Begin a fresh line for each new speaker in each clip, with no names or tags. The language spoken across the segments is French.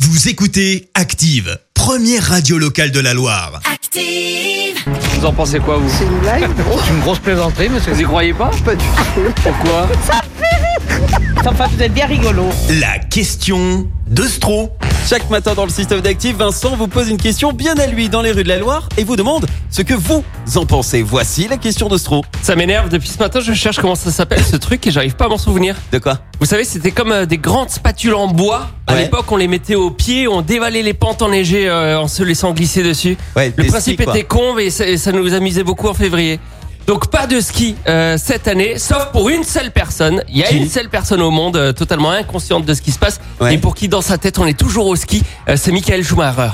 Vous écoutez Active, première radio locale de la Loire.
Active!
Vous en pensez quoi, vous
C'est une blague
C'est une grosse plaisanterie, monsieur. Vous y croyez pas
Pas du tout.
Pourquoi
Enfin, vous êtes bien rigolo.
La question de Stro.
Chaque matin dans le système d'actifs, Vincent vous pose une question bien à lui dans les rues de la Loire et vous demande ce que vous en pensez. Voici la question de Stro.
Ça m'énerve. Depuis ce matin, je cherche comment ça s'appelle ce truc et j'arrive pas à m'en souvenir.
De quoi
Vous savez, c'était comme euh, des grandes spatules en bois. À
Ouais.
l'époque, on les mettait aux pieds, on dévalait les pentes enneigées euh, en se laissant glisser dessus.
Ouais,
Le
des
principe
skis, quoi.
était con, mais ça, ça nous amusait beaucoup en février. Donc pas de ski euh, cette année, sauf pour une seule personne. Il y a
Qui
une seule personne au monde euh, totalement inconsciente de ce qui se passe
Ouais.
et pour qui dans sa tête on est toujours au ski. euh, c'est Michael Schumacher.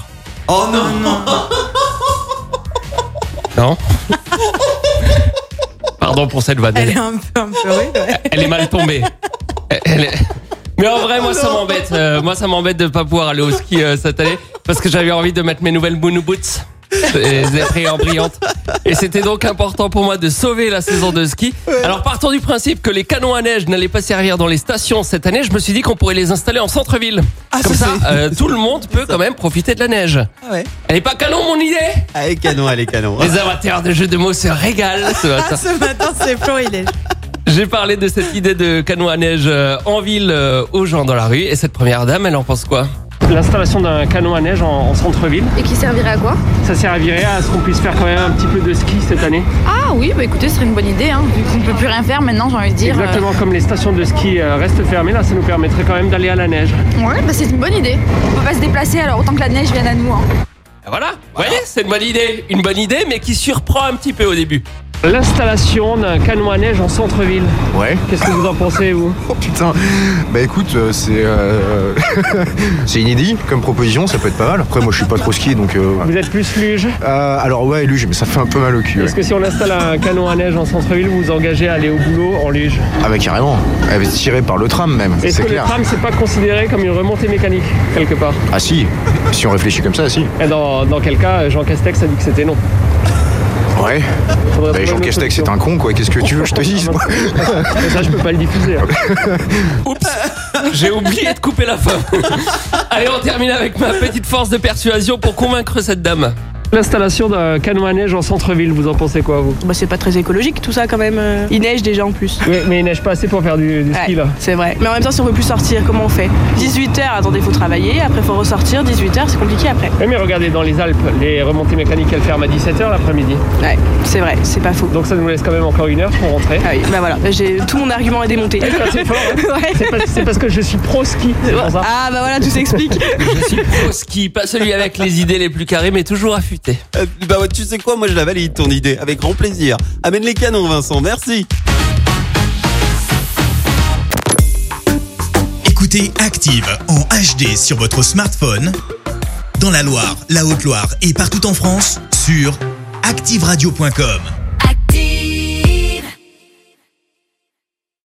Oh non, non
Non Pardon pour cette vanne. Elle,
Elle est un peu, un peu rude, ouais.
elle est mal tombée. Elle- elle est- Mais en vrai, moi ça m'embête. Euh, moi ça m'embête de pas pouvoir aller au ski euh, cette année parce que j'avais envie de mettre mes nouvelles Moon Boots. Et les prières brillantes. Et c'était donc important pour moi de sauver la saison de ski. Alors partant du principe que les canons à neige n'allaient pas servir dans les stations cette année, je me suis dit qu'on pourrait les installer en centre-ville.
Ah,
Comme
ça,
ça,
c'est-
euh, tout le monde peut quand même profiter de la neige.
Ah ouais.
Elle est pas canon mon idée
Allez Ah, canon, allez canon.
Les amateurs de jeux de mots se régalent ce matin.
Ah, ce matin, c'est Flo, il est.
J'ai parlé de cette idée de canot à neige euh, en ville euh, aux gens dans la rue et cette première dame, elle en pense quoi L'installation d'un canot à neige en, centre-ville,
Et qui servirait à quoi
ça servirait à ce qu'on puisse faire quand même un petit peu de ski cette année.
Ah oui, bah écoutez, ce serait une bonne idée, hein, vu qu'on ne peut plus rien faire maintenant, j'ai envie de dire. euh,
comme les stations de ski euh, restent fermées, là ça nous permettrait quand même d'aller à la neige.
Ouais, bah c'est une bonne idée. On peut pas se déplacer, alors autant que la neige vienne à nous. hein.
Ah, Voilà, vous voyez, c'est une bonne idée. Une bonne idée, mais qui surprend un petit peu au début. L'installation d'un canot à neige en centre-ville,
Ouais.
qu'est-ce que vous en pensez vous
Oh putain. Bah écoute, euh, c'est euh, c'est inédit comme proposition, ça peut être pas mal. Après moi je suis pas trop skié donc. euh, voilà.
Vous êtes plus luge
Euh, alors ouais luge, mais ça fait un peu mal au cul. ouais.
Est-ce que si on installe un canon à neige en centre-ville, vous vous engagez à aller au boulot en luge
Ah bah carrément. Elle va être tirée par le tram même.
Est-ce
C'est
que
clair.
le tram, c'est pas considéré comme une remontée mécanique, quelque part
Ah si. Si on réfléchit comme ça, si.
Et dans, dans quel cas, Jean Castex a dit que c'était non.
Ouais.
Faudrait
Bah,
trouver
Jean
une autre
Castex c'est
solution.
un con quoi. Qu'est-ce que tu veux que je te dise moi
Mais ça, je peux pas le diffuser. hein. Oups J'ai oublié de couper la fin. Allez, on termine avec ma petite force de persuasion pour convaincre cette dame. L'installation d'un canon à neige en centre-ville, vous en pensez quoi, vous
Bah, c'est pas très écologique tout ça quand même. euh. Il neige déjà en plus.
oui, Mais il neige pas assez pour faire du, du ski,
Ouais,
là.
c'est vrai. Mais en même temps, si on veut plus sortir, comment on fait 18h, attendez, faut travailler, après faut ressortir, 18h, c'est compliqué après.
Oui, mais regardez, dans les Alpes, les remontées mécaniques, elles ferment à 17h l'après-midi.
Ouais, c'est vrai, c'est pas faux.
Donc ça nous laisse quand même encore une heure pour rentrer.
Ah oui, bah voilà, j'ai tout mon argument à démonter.
C'est fort, hein
Ouais.
C'est parce, c'est parce que je suis pro ski. c'est pour ça.
Ah bah voilà, tout s'explique.
Je suis pro ski, pas celui avec les idées les plus carrées, mais toujours affûté.
Euh, bah ouais, tu sais quoi, moi je la valide ton idée, avec grand plaisir. Amène les canons Vincent, merci.
Écoutez Active en HD sur votre smartphone, dans la Loire, la Haute-Loire et partout en France, sur activeradio.com.